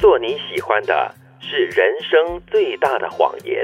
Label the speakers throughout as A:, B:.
A: 果你喜欢的是人生最大的谎言，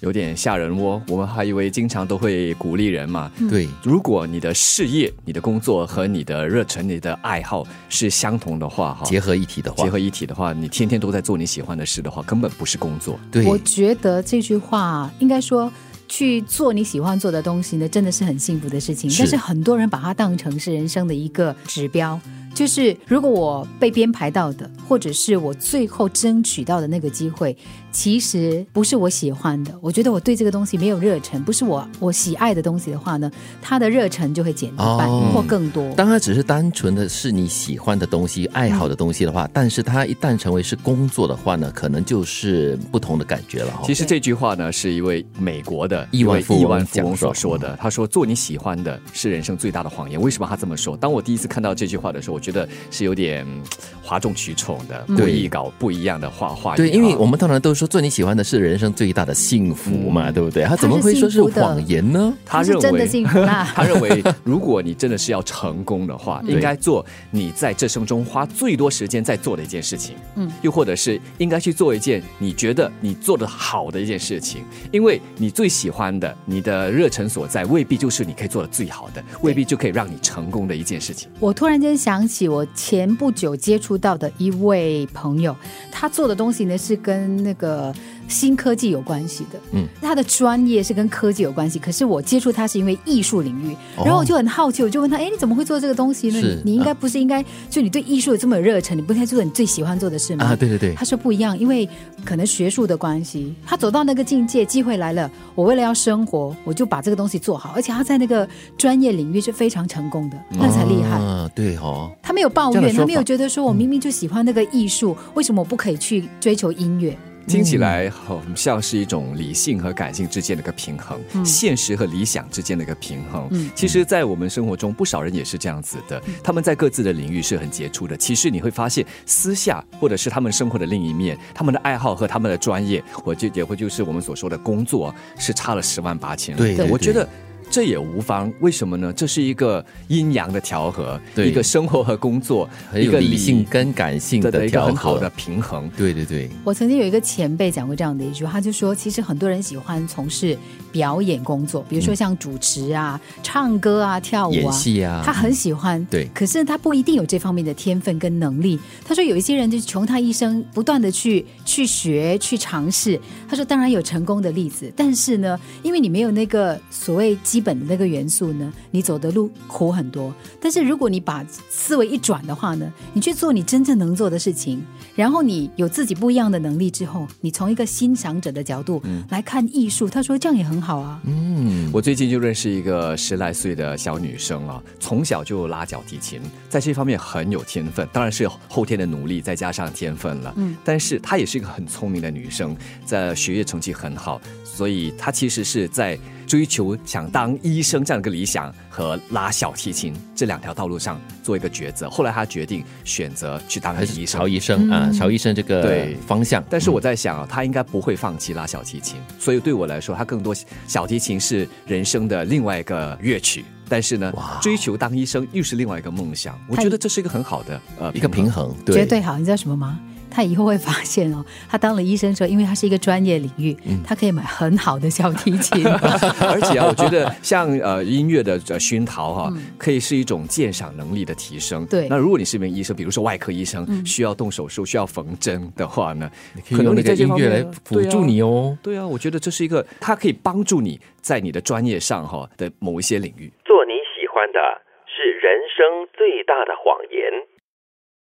B: 有点吓人哦。我们还以为经常都会鼓励人嘛。
C: 嗯对，
B: 如果你的事业、你的工作和你的热忱、你的爱好是相同的话，哈，
C: 结合一体的话，
B: 啊结合一体的话，你天天都在做你喜欢的事的话，根本不是工作。
C: 对，
D: 我觉得这句话应该说。去做你喜欢做的东西呢，真的是很幸福的事情。
C: 是
D: 但是很多人把它当成是人生的一个指标，就是如果我被编排到的，或者是我最后争取到的那个机会，其实不是我喜欢的，我觉得我对这个东西没有热忱，不是我我喜爱的东西的话呢，它的热忱就会减一半、
C: 哦
D: 或更多。
C: 当它只是单纯的是你喜欢的东西、爱好的东西的
B: 嗯
C: 话，但是它一旦成为是工作的话呢，可能就是不同的感觉了哈、
B: 其实这句话呢，是一位美国的
C: 亿万
B: 一位
C: 富翁
B: 亿万富翁
C: 讲
B: 所说
C: 说
B: 的。他说：“做你喜欢的是人生最大的谎言。”为什么他这么说？当我第一次看到这句话的时候，我觉得是有点嗯哗众取宠的，故
C: 嗯对
B: 意搞不一样的话话语啊。
C: 对，因为我们通常都说做你喜欢的是人生最大的幸福
B: 嗯
C: 嘛，对不对？他怎么会说是谎言呢？
B: 他
D: 它是
B: 认
D: 真的
B: 为。
D: 幸福啦
B: 他认为，如果你真的是要成功的话，
D: 嗯
B: 应该做你在这生中花最多时间在做的一件事情，
D: 嗯，
B: 又或者是应该去做一件你觉得你做的好的一件事情，因为你最喜欢的，你的热忱所在，未必就是你可以做的最好的，未必就可以让你成功的一件事情。
D: 我突然间想起，我前不久接触到的一位朋友，他做的东西呢是跟那个新科技有关系的，
C: 嗯，
D: 他的专业是跟科技有关系。可是我接触他是因为艺术领域，
C: 哦
D: 然后我就很好奇，我就问他，哎，你怎么会做这个东西呢？
C: 是啊
D: 你你应该不是应该就你对艺术有这么有热忱，你不应该做你最喜欢做的事吗？
C: 啊，对对对
D: 他，说不一样，因为可能学术的关系，他走到那个境界，机会来了，我为了要生活，我就把这个东西做好，而且他在那个专业领域是非常成功的，那才厉害。
C: 啊，对哦，
D: 他没有抱
C: 这样的
D: 怨，
C: 说
D: 他
C: 法
D: 没有觉得说我明明就喜欢那个艺术，为什么我不可以去追求音乐？
B: 听起来好像是一种理性和感性之间的一个平衡，现实和理想之间的一个平衡。
D: 嗯
B: 其实，在我们生活中，不少人也是这样子的，他们在各自的领域是很杰出的。其实你会发现，私下或者是他们生活的另一面，他们的爱好和他们的专业，我就也会就是我们所说的工作，是差了十万八千里。
C: 对对
B: 我
C: 对
B: 觉得。这也无妨，为什么呢？这是一个阴阳的调和，
C: 对
B: 一个生活和工作，
C: 很
B: 一
C: 有
B: 个
C: 理性跟感性
B: 的
C: 的
B: 一个
C: 调
B: 很好
C: 和
B: 的，平衡。
C: 对对对，
D: 我曾经有一个前辈讲过这样的一句话，他就说，其实很多人喜欢从事表演工作，比如
C: 嗯
D: 说像主持啊、唱歌啊、跳舞
C: 演
D: 啊，
C: 戏啊，
D: 他很喜欢，
C: 对
D: 可是他不一定有这方面的天分跟能力。他说有一些人就是穷他一生不断的去去学去尝试。他说当然有成功的例子，但是呢，因为你没有那个所谓基本的那个元素呢，你走的路苦很多。但是如果你把思维一转的话呢，你去做你真正能做的事情，然后你有自己不一样的能力之后，你从一个欣赏者的角度来看艺术，他说这样也很好啊。
C: 嗯，
B: 我最近就认识一个十来岁的小女生啊，从小就拉小提琴，在这方面很有天分，当然是有后天的努力再加上天分了。
D: 嗯，
B: 但是她也是一个很聪明的女生，在学业成绩很好，所以她其实是在追求想当医生这样一个理想和拉小提琴这两条道路上做一个抉择。后来她决定选择去当
C: 还
B: 医
C: 是
B: 生
C: 曹。医生啊，
D: 嗯
C: 曹医生这个
B: 对
C: 方向，嗯
B: 但是我在想啊，他应该不会放弃拉小提琴，所以对我来说，他更多小提琴是人生的另外一个乐曲。但是呢
C: 哇，
B: 追求当医生又是另外一个梦想，我
D: 他
B: 觉得这是一个很好的呃
C: 一个平
B: 衡。
C: 衡，
D: 绝对好，你知道什么吗？他以后会发现哦，他当了医生之后，因为他是一个专业领域，他可以买很好的小提琴。
B: 而且啊，我觉得像呃音乐的呃熏陶哈、
C: 嗯
B: 可以是一种鉴赏能力的提升。
D: 对
B: 那如果你是一名医生，比如说外科医生，
C: 嗯
B: 需要动手术、需要缝针的话呢，
C: 可以用那
B: 你
C: 个
B: 在这
C: 音
B: 方
C: 乐
B: 面啊
C: 来辅助你。哦。
B: 对啊对啊，我觉得这是一个，它可以帮助你在你的专业上哈、的某一些领域。
A: 做你喜欢的是人生最大的谎言。